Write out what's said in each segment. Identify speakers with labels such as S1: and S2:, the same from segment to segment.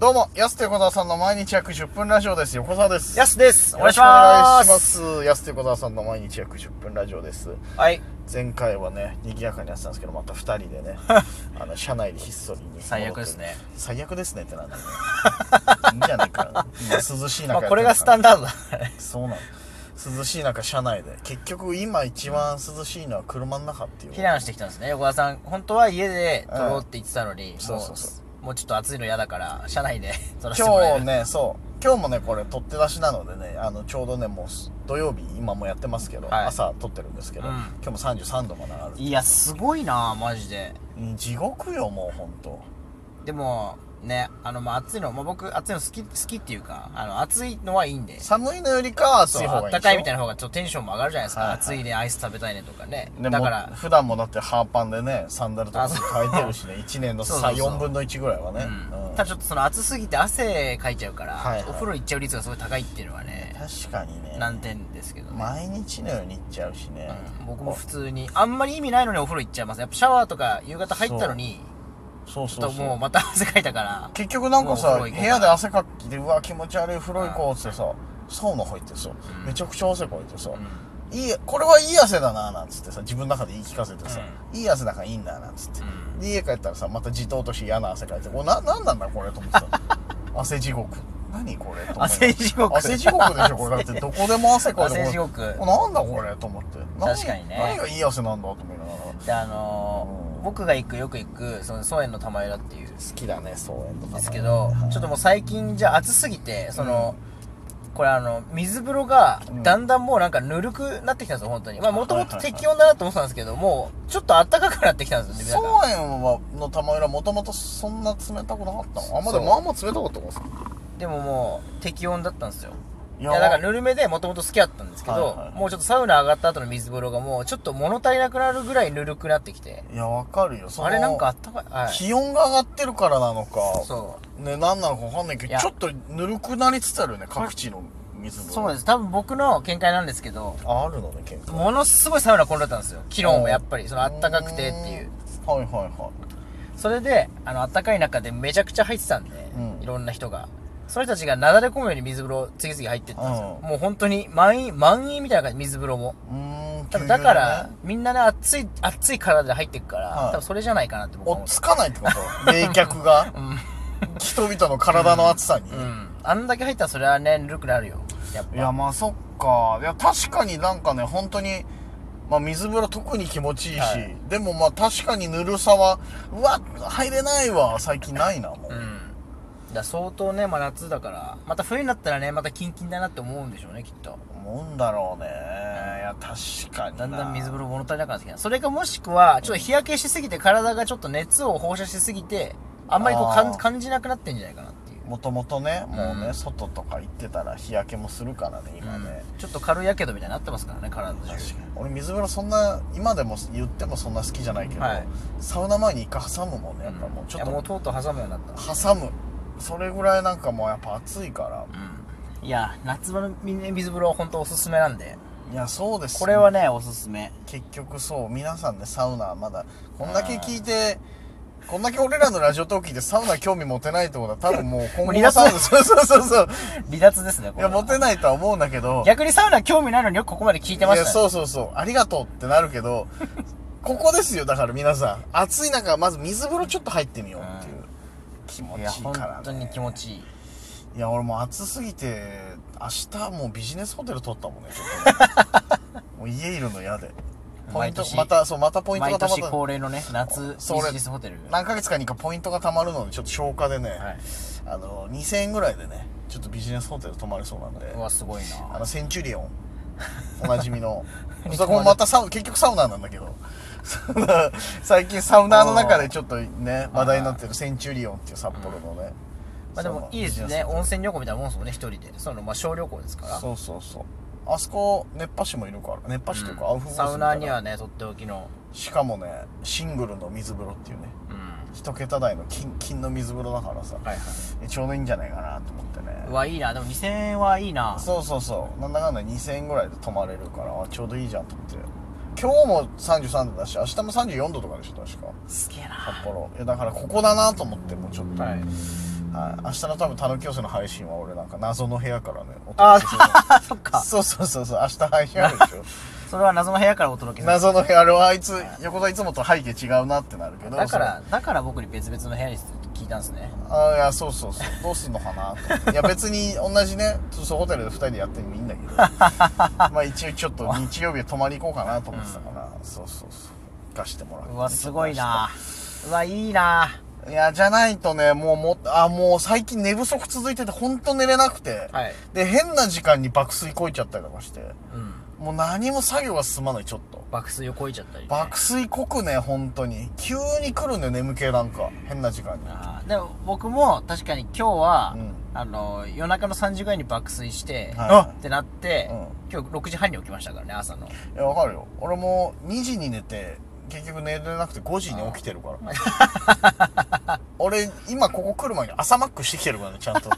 S1: どうも、やすてこざさんの毎日約10分ラジオです。横澤です。
S2: やすです。
S1: よ
S2: お
S1: ろ
S2: 願い
S1: し
S2: し
S1: くお願
S2: ま
S1: い
S2: す。
S1: します。やすてこざさんの毎日約10分ラジオです。
S2: はい。
S1: 前回はね、賑やかにやってたんですけど、また2人で ね、あの、車内でひっそりに。
S2: 最悪ですね。
S1: 最悪ですねってなんだね。いいんじゃないかな。今涼しい中やって
S2: まあ、
S1: るから
S2: これがスタンダードだ。
S1: そうなの。涼しい中、車内で。結局、今一番涼しいのは車の中っていう。
S2: 避難してきたんですね、横田さん。本当は家で撮ろうって言ってたのに、
S1: そう
S2: も
S1: そうそ
S2: もうちょっと暑いの嫌だから、車内で 撮らせてもらえ
S1: 今
S2: る
S1: 日ね、そう。今日もね、これ、取って出しなのでね、あの、ちょうどね、もうす、土曜日、今もやってますけど、
S2: はい
S1: 朝撮ってるんですけど、
S2: うん
S1: 今日も33度まで上がる。
S2: いや、すごいなマジで。
S1: うん地獄よ、もう、ほんと。
S2: でも、ね、あの、まあ、暑いの、まあ、僕、暑いの好き、好きっていうか、あの、暑いのはいいんで。
S1: 寒いのよりかは暑
S2: そう、
S1: い方がいい
S2: あっ
S1: でしょ
S2: たかいみたいな方がちょっとテンションも上がるじゃないです
S1: はい
S2: か。
S1: はい
S2: 暑いでアイス食べたいねとかね。
S1: で
S2: だから
S1: も、普段もだってハーパンでね、サンダルとか
S2: あそう
S1: 履いてるしね、1年の
S2: そう
S1: さ
S2: そうそう
S1: 4分の1ぐらいはね。
S2: うん
S1: うん
S2: ただちょっとその暑すぎて汗かいちゃうから、
S1: はいはい
S2: お風呂行っちゃう率がすごい高いっていうのはね、
S1: 確かにね、
S2: 難点ですけどね、
S1: 毎日のように行っちゃうしね。
S2: うん僕も普通にあんまり意味ないのにお風呂行っちゃいますやっぱシャワーとか夕方入ったのに
S1: そう
S2: ちょ
S1: そ
S2: っと
S1: うそう。
S2: もうまた汗かいたから
S1: 結局なんか
S2: もう
S1: さ
S2: お
S1: 部
S2: 風
S1: 屋
S2: 呂行こうか
S1: で汗かきでうわ気持ち悪い風呂行こうっつってさサウナ入ってさ、めちゃくちゃ汗かいてさ、いいこれはいい汗だななんつってさ自分の中で言い聞かせてさ、いい汗だからいいんだなんつって、
S2: う
S1: で家帰ったらさまた自頭として嫌な汗かいてこれななんなんだこれと思ってさ 汗地獄何これと思って
S2: 汗地獄
S1: 汗地獄でしょこれだってどこでも汗かいて
S2: 汗地獄
S1: これなんだこれと思って何
S2: 確かにね
S1: 何がいい汗なんだと思いながら好
S2: であのー
S1: うん
S2: 僕が行くよく行くそのソ園の玉枝っていう
S1: きだねそうやとか
S2: ですけど、ちょっと
S1: と
S2: もう最近じゃ暑すぎてその、これあの水風呂がだんだんもうなんかぬるくなってきたんですよ本当にまあもともと適温だなと思ってたんですけどもうちょっと暖かくなってきたんですよね
S1: ソーエンはの玉浦もともとそんな冷たくなかったのあんまで
S2: そう
S1: もあんま冷たかったからさ
S2: でももう適温だったんですよ
S1: い
S2: いやだからぬるめでもともと好きだったんですけど、
S1: はいはい
S2: もうちょっとサウナ上がった後の水風呂がもうちょっと物足りなくなるぐらいぬるくなってきて
S1: いやわかるよその
S2: あれなんかあったかい、はい、
S1: 気温が上がってるからなのか
S2: そう
S1: ね何なのかわかんないけ
S2: い
S1: ど
S2: や
S1: ちょっとぬるくなりつつあるよね各地の水風呂
S2: そうですす多分僕の見解なんですけど
S1: ああるのね結構
S2: ものすごいサウナ混んでたんですよ昨日もやっぱりそのあったかくてっていう
S1: はいはいは
S2: それであのあったかい中でめちゃくちゃ入ってたんで、
S1: うん
S2: いろんな人がその人たちがなだれ込むように水風呂次々入ってったんですよ、
S1: うん
S2: もう本当に満員満員みたいな感じ水風呂も
S1: いうーん急
S2: 多分
S1: だ
S2: だ
S1: ね
S2: から、みんなね、熱い、熱い体で入ってくから、
S1: はい
S2: 多分それじゃないかなって僕
S1: 追
S2: は思
S1: っ
S2: う。
S1: つかないってこと冷却が
S2: うん。
S1: 人々の体の熱さに
S2: うん。あんだけ入ったらそれはね、ぬるくなるよ。やっぱ。
S1: いやまあそっかいや確かになんかね本当にまあ水風呂特に気持ちいいし、
S2: はい
S1: でもまあ確かにぬるさはうわ入れないわ最近ないなもう、
S2: うん。だから相当ね、まあ夏だから、また冬になったらね、またキンキンだなって思うんでしょうね、きっと。
S1: 思うんだろうねいや確かに
S2: だんだん水
S1: 風
S2: 風呂物足りなくなってきた。それかもしくは、ちょっと日焼けしすぎて体がちょっと熱を放射しすぎて、あんまりこう
S1: あ
S2: 感
S1: ー
S2: 感じなくなってんじゃないかなっていう。
S1: もともとねもうね、
S2: うん
S1: 外とか行ってたら日焼けもするからね今ね、
S2: うんちょっと軽いやけどみたいになってますからね、体中。
S1: 確かに俺水風呂そんな今でも言ってもそんな好きじゃないけど、
S2: はい
S1: サウナ前に一回挟むもんねやっぱもうちょっ
S2: いやもう
S1: と
S2: とうとう挟むようになった。
S1: 挟むそれぐらいなんかもうやっぱ暑いから
S2: いや、夏場の水風呂は本当おすすめなんで、
S1: いやそうです
S2: これはね、おすすめ。
S1: 結局そう皆さんねサウナまだこんだけ聞いてこんだけ俺らのラジオトーク聞いてサウナ興味持てないってことは多分もう今後
S2: もう
S1: も
S2: 離脱
S1: サウナそうそうそう そう
S2: 離脱ですね、こ
S1: い
S2: れ
S1: や
S2: は
S1: 持てないとは思うんだけど
S2: 逆にサウナ興味ないのによくここまで聞いてま
S1: い
S2: し
S1: や
S2: たね。
S1: そうそうそうありがとうってなるけど ここですよだから皆さん暑い中まず水風呂ちょっと入ってみようっていう、
S2: うん
S1: 気持
S2: いや、
S1: ちいい
S2: 本
S1: から、ね、
S2: 当に気持ちいい。
S1: いや俺もう暑すぎて明日もうビジネスホテル取ったもんねちょっと ねもう家いるの嫌でポイント
S2: 毎年
S1: またそうまたポイント
S2: 毎
S1: がたまっ
S2: 年
S1: た
S2: 恒例のね、夏
S1: それ
S2: ビジネスホテル。
S1: 何ヶ月かにかポイントが貯まるのでちょっと消化でね、
S2: はい
S1: あの2000円ぐらいでねちょっとビジネスホテル泊まれそうなんで
S2: うわ、すごい
S1: あ
S2: な。
S1: のセンチュリオ ンおなじみの
S2: に
S1: そこもまたサウ結局サウナーなんだけど 最近サウナーの中でちょっとね話題になってるセンチュリオンっていう札幌のね、
S2: まあでもいいです
S1: ビジネ
S2: ね。
S1: スホテル
S2: 温泉旅行みたいなもんですもんね、一人で。その、まあ小旅行ですから。
S1: そうそうそうあそこ熱波師もいるから熱波師というか、アウフグースみたい
S2: サ
S1: な
S2: ウナーにはね、とっておきの。
S1: しかもねシングルの水風呂っていうね
S2: うん。は
S1: 一桁台の金金の水風呂だからさ、
S2: いはい。
S1: ちょうどいいんじゃないかなと思ってね
S2: うわ、いいな。でも2000円はいいな。
S1: そうそうそうなんだかんだ2000円ぐらいで泊まれるからあちょうどいいじゃんと思って今日も33度だし明日も34度とかでしょ確か
S2: すげえ
S1: 札
S2: な。
S1: 幌いやだからここだなと思ってもうちょっと、
S2: はい。
S1: はい、明日の多分、たぬき寄せの配信は俺なんか謎の部屋からね、お
S2: あ
S1: 届けする
S2: あ、 そっ か。
S1: そうそうそうそう、明日配信あるで しょ。
S2: それは謎の部屋からお届けする。
S1: 謎の部屋、あれはあいつ、横田いつもと背景違うなってなるけど。
S2: だから、だから僕に別々の部屋に聞いたんですね。
S1: その。あいや、そうそうそう。どうすんのかなと思っていや、別に同じね、そうそうホテルで二人でやってもいいんだけ ど。まあ一応ちょっと日曜日は泊まり行こうかなと思ってたから、そうそうそう。行かしてもらって。
S2: うわ、すごいなうわ、いいない
S1: や、じゃないとね、もうもっと、あ、もう最近寝不足続いてて、ほんと寝れなくて。
S2: はい
S1: で、変な時間に爆睡こいちゃったりとかして。
S2: うん。
S1: もう何も作業が進まない、ちょっと。
S2: 爆睡をこいちゃったり、ね。
S1: 爆睡濃くね、ほんとに。急に来るね、眠気なんか。変な時間に。
S2: あーでも僕も確かに今日は、
S1: うん
S2: あの夜中の3時ぐらいに爆睡して、
S1: はい
S2: あっってなって、
S1: う
S2: 今日6時半に起きましたからね朝の
S1: いや、わかるよ。俺も2時に寝て、結局寝れなくて5時に起きてるから。 俺、今ここ来る前に朝マックしてきてるからね、ち ゃんと。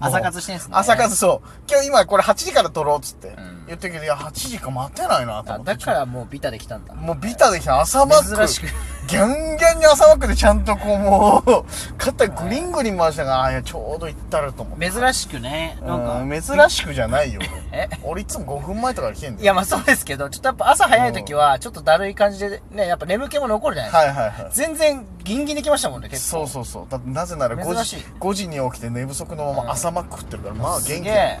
S2: 朝活してんすね
S1: 朝活そう。今日今これ8時から撮ろうっつって
S2: ん
S1: 言ってるけど、いや、8時か待てないなと
S2: あ
S1: 思って。
S2: だからもうビタで来たんだ
S1: もうビタできた朝マック。
S2: 珍しく
S1: ギャンギャンに朝マックでちゃんとこうもう、肩グリングリン回したから、あいや、ちょうど行ったると思って。
S2: 珍しくねなんか
S1: うん珍しくじゃないよ。
S2: え
S1: 俺俺いつも5分前とかに来てんだよ。
S2: いやまあそうですけどちょっとやっぱ朝早い時はちょっとだるい感じでねやっぱ眠気も残るじゃないですか、
S1: はいはいはい。
S2: 全然ギンギンできましたもんね結構
S1: そうそうそう。だってなぜなら5時
S2: 珍しい、
S1: 5時に起きて寝不足のまま朝マック食ってるから、まあ元気
S2: すげ
S1: だよ。
S2: え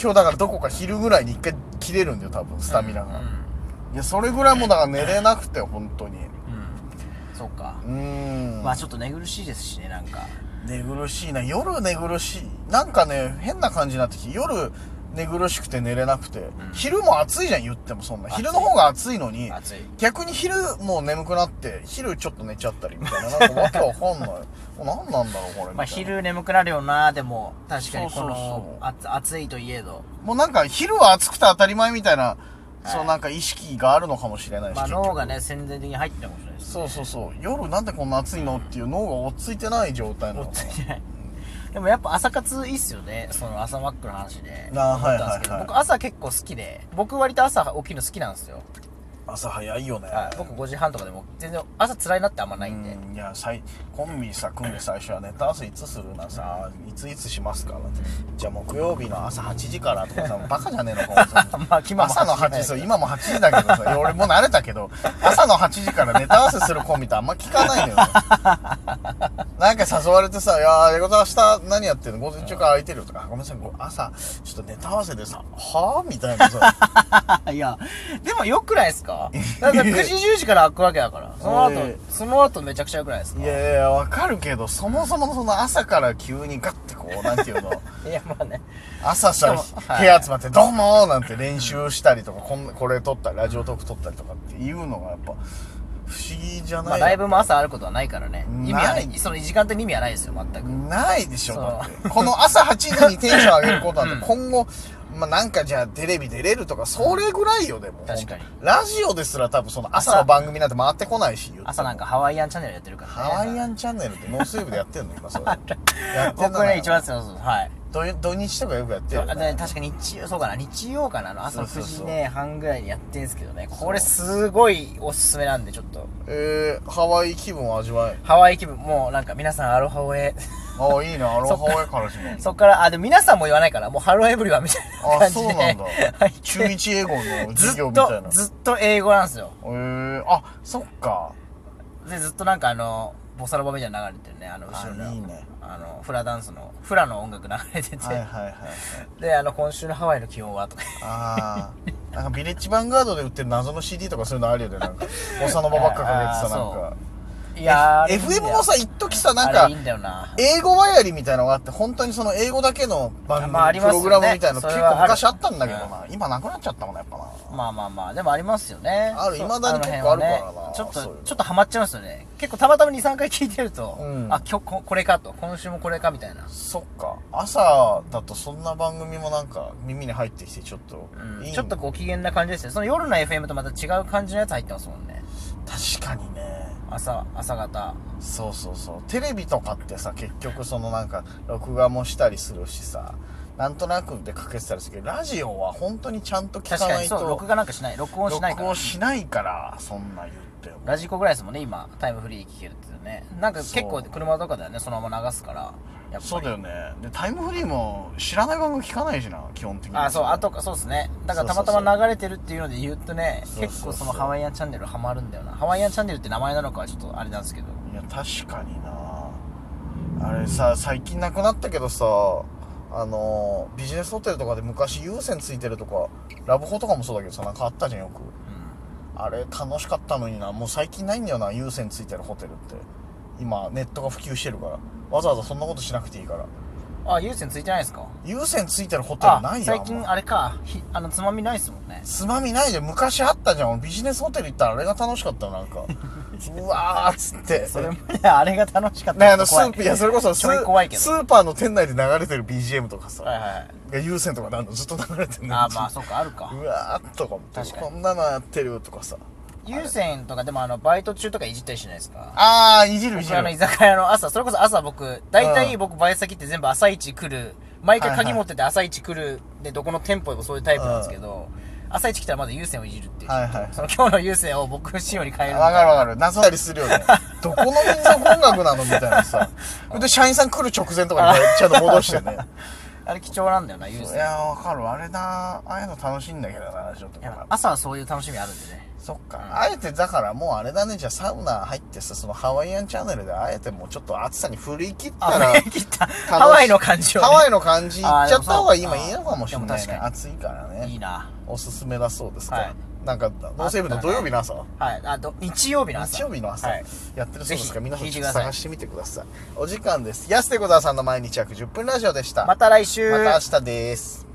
S1: 今日だからどこか昼ぐらいに一回切れるんだよ、多分、スタミナが。いや、それぐらいもうだから寝れなくて、本当に。
S2: うん、うんそうか
S1: う、ーん。
S2: まあちょっと寝苦しいですしねなんか
S1: 寝苦しいな夜寝苦しいなんかね変な感じになってきて夜寝苦しくて寝れなくて、昼も暑いじゃん言ってもそんな
S2: 暑い
S1: 昼の方が暑いのに
S2: 暑い
S1: 逆に昼もう眠くなって昼ちょっと寝ちゃったりみたいななんかわけわかんないもう何なんだろうこれみたいな、
S2: まあ、昼眠くなるよなでも確かにこ
S1: そうそうそ
S2: の
S1: う
S2: あつ暑いといえど、
S1: もうなんか昼は暑くて当たり前みたいな、
S2: はい
S1: そうなんか意識があるのかもしれないし、
S2: まあ、
S1: 結局
S2: 脳がね潜在的に入ってるかもしれないです
S1: そうそうそう夜なんでこんな暑いのっていう脳が落ち着いてない状態なのかな
S2: でもやっぱ朝活いいっすよねその朝マックの話で
S1: あー
S2: 思ったんですけど、
S1: はいはいはい
S2: 僕朝結構好きで僕割と朝起きるの好きなんですよ、
S1: 朝早いよね、
S2: はい僕5時半とかでも全然朝辛いなってあんまないんで、
S1: うんいやさいコンビさ組んで最初はネタ合わせいつするなさいついつしますからってじゃあ木曜日の朝8時からとかさバカじゃねえのかお前
S2: まあ今も
S1: 朝の8
S2: 8
S1: 時
S2: 時
S1: そう今も8時だけどさいや俺もう慣れたけど朝の8時からネタ合わせするコンビってあんま聞かないのよ なんか誘われてさ「いやーレゴさん明日何やってんの午前中から空いてるよ」とか「ごめんなさいご朝ちょっとネタ合わせでさはあ?」みたいなさ
S2: いやでもよくないで すかだから9時10時から開くわけだからその後、
S1: ええ
S2: その後めちゃくちゃよくないですか
S1: いやいやわかるけどそもそもその朝から急にガッてこうなんていうの
S2: いやまあね
S1: 朝さ
S2: しかもはい
S1: 部屋集まって「どうも!」なんて練習したりとかこんこれ撮ったりラジオトーク撮ったりとかっていうのがやっぱ不思議じゃ
S2: ま
S1: な
S2: あ
S1: い、
S2: ライブも朝あることはないからね意味はな
S1: ない
S2: その時間って意味はないですよ全く
S1: ないでしょ
S2: そう
S1: だってこの朝8時にテンション上げること なんて今後、まあ、なんかじゃあテレビ出れるとかそれぐらいよでも
S2: 確かに
S1: ラジオですら多分その朝の番組なんて回ってこないし言っても
S2: 朝なんかハワイアンチャンネルやってるから、ね、
S1: ハワイア
S2: ン
S1: ンチャンネルってノースウェーブでやってんの今それやってんの
S2: 僕
S1: かな
S2: ね一番強いそうそうはい
S1: 土土日とかよくやってるよね
S2: あね確か日曜そうかな日曜かなあの朝
S1: そう
S2: 9
S1: そう
S2: 時
S1: そう
S2: ね半ぐらいにやってんすけどねこれすごいおすすめなんでちょっと
S1: えー、ハワイ気分を味わえ
S2: ハワイ気分もうなんか皆さんアロハオへ
S1: ああいいなアロハワイからしも
S2: そっからあでも皆さんも言わないからもうハローエブリワンみたいな
S1: あ、
S2: 感じ
S1: そ
S2: で
S1: うなん だ
S2: 入っ。て
S1: 中1英語の
S2: ずっ
S1: 授業みたい
S2: と
S1: な。
S2: ずっと英語なんですよ
S1: えー、あ、そっか。
S2: でずっとなんかあのボサロバみたいなの流れてるねあの後ろ
S1: あ
S2: の
S1: いいね
S2: あのフラダンスのフラの音楽流れてて、
S1: はいはいはい。
S2: であの今週のハワイの気温はとか
S1: ああ。なんかビレッジヴァンガードで売ってる謎の CD とかそういうのあるよね。なんか、ボサノバばっか かけてさ、なんか。
S2: いやー
S1: FM もさ、一時さ、なん
S2: あ
S1: か
S2: れいい、んだよな
S1: 英語ワイヤリーみたいなのがあって、本当にその英語だけの番組、
S2: まああります
S1: プ
S2: よ
S1: ロ
S2: ね
S1: グラムみたいなの結
S2: それはあ
S1: 構
S2: る
S1: 昔あったんだけどな。今なくなっちゃったもんね、やっぱな。
S2: まあまあまあでもありますよね
S1: ある
S2: そう
S1: 未だに
S2: の辺
S1: 結構あるからな
S2: はねちょっ
S1: そういう
S2: と
S1: の
S2: ちょっとハマっちゃうんですよね結構たまたま23回聞いてると、
S1: うん
S2: あ今日ここれかと今週もこれかみたいな
S1: そっか。朝だとそんな番組もなんか耳に入ってきてちょっと
S2: うん、
S1: いい
S2: ちょっとご機嫌な感じですねその夜の FM とまた違う感じのやつ入ってますもんね
S1: 確かにね。
S2: 朝朝方
S1: そうそうそうテレビとかってさ結局そのなんか録画もしたりするしさなんとなくでかけてたりするけどラジオは本当にちゃんと聞
S2: 確
S1: か
S2: か
S1: な
S2: に
S1: い
S2: そ
S1: と
S2: う録画なんかしない録音しないか
S1: 録
S2: ら
S1: 音しないからそんな言っても
S2: ラジコぐらいですもんね今タイムフリーで聴けるっていうねなんか結
S1: そ
S2: 構
S1: う
S2: 車とかではねそのまま流すからやっぱり
S1: そうだよねでタイムフリーも知らない番組聞かないしな基本的に
S2: あそうあとかそうですねだからたまたま流れてるっていうので言うとね
S1: そうそうそう
S2: 結構そのハワイアンチャンネルハマるんだよなハワイアンチャンネルって名前なのかはちょっとあれなんですけど
S1: いや確かになあれさ最近なくなったけどさあのビジネスホテルとかで昔優先ついてるとかラブホとかもそうだけどさなんかあったじゃんよく
S2: う
S1: あれ楽しかったのになもう最近ないんだよな優先ついてるホテルって今ネットが普及してるからわざわざそんなことしなくていいから
S2: んあ優先ついてないですか
S1: 優先ついてるホテル
S2: あ
S1: ないよ
S2: 最
S1: あん
S2: 近
S1: ま
S2: あれかひあのつまみないっすもんね
S1: つまみないで昔あったじゃん俺ビジネスホテル行ったらあれが楽しかったよなん かうわーっつって
S2: それもね あれが楽しかった
S1: ね、あの、ス
S2: 怖い
S1: ープ、いや、それこそス
S2: ちょい怖いけど
S1: スーパーの店内で流れてる BGM とかさ、
S2: はいはい
S1: が優先とかなんのずっと流れてるの
S2: あまあそっかあるか
S1: うわーっとか思って
S2: 確かに
S1: こんなのやってるとかさ。
S2: 優先とかでもあのバイト中とかいじったりしないですか
S1: あー、いじるいじ
S2: 僕
S1: る。
S2: あの居酒屋の朝それこそ朝僕大
S1: う
S2: 体
S1: ん
S2: 僕バイト先って全部朝一来る毎回
S1: はいは
S2: 鍵
S1: い
S2: 持ってて朝一来るでどこの店舗でもそういうタイプなんですけど朝一来たらまず優先をいじるっていう
S1: はいはい
S2: その今日の優先を僕仕様に変えるみた
S1: わ
S2: い
S1: か
S2: な
S1: るわかる。謎やりするよ ね。どこの民族音楽なのみたいなさ。で、社員さん来る直前と かにちゃんと戻してね。
S2: あれ貴重なんだよな優
S1: い
S2: 先
S1: やー、わかる。あれだああいうの楽しいんだけどな、ちょっと。
S2: 朝はそういう楽しみあるんでね
S1: そっか、あえてだからもうあれだねじゃあサウナ入ってさそのハワイアンチャンネルであえてもうちょっと暑さに振り切 ったら
S2: あ振り切ったハワイの感じをね
S1: ハワイの感じいっちゃった方が今
S2: あーでもそう
S1: いいのかもしれ
S2: でも
S1: ない
S2: 確
S1: ね
S2: かに
S1: 暑いからね
S2: いいな
S1: おすすめだそうですから、
S2: はい
S1: なんか農西部の土曜日の朝、
S2: はいあと日曜日の朝
S1: 日曜日の朝、
S2: はい
S1: やってるそうですから皆
S2: ぜひ
S1: さん
S2: 聞い
S1: ち
S2: て
S1: ょっ
S2: くだ
S1: と
S2: さい
S1: 探してみてくださいお時間です安手小沢さんの毎日約10分ラジオでした
S2: ま
S1: ま
S2: た来週
S1: た明日です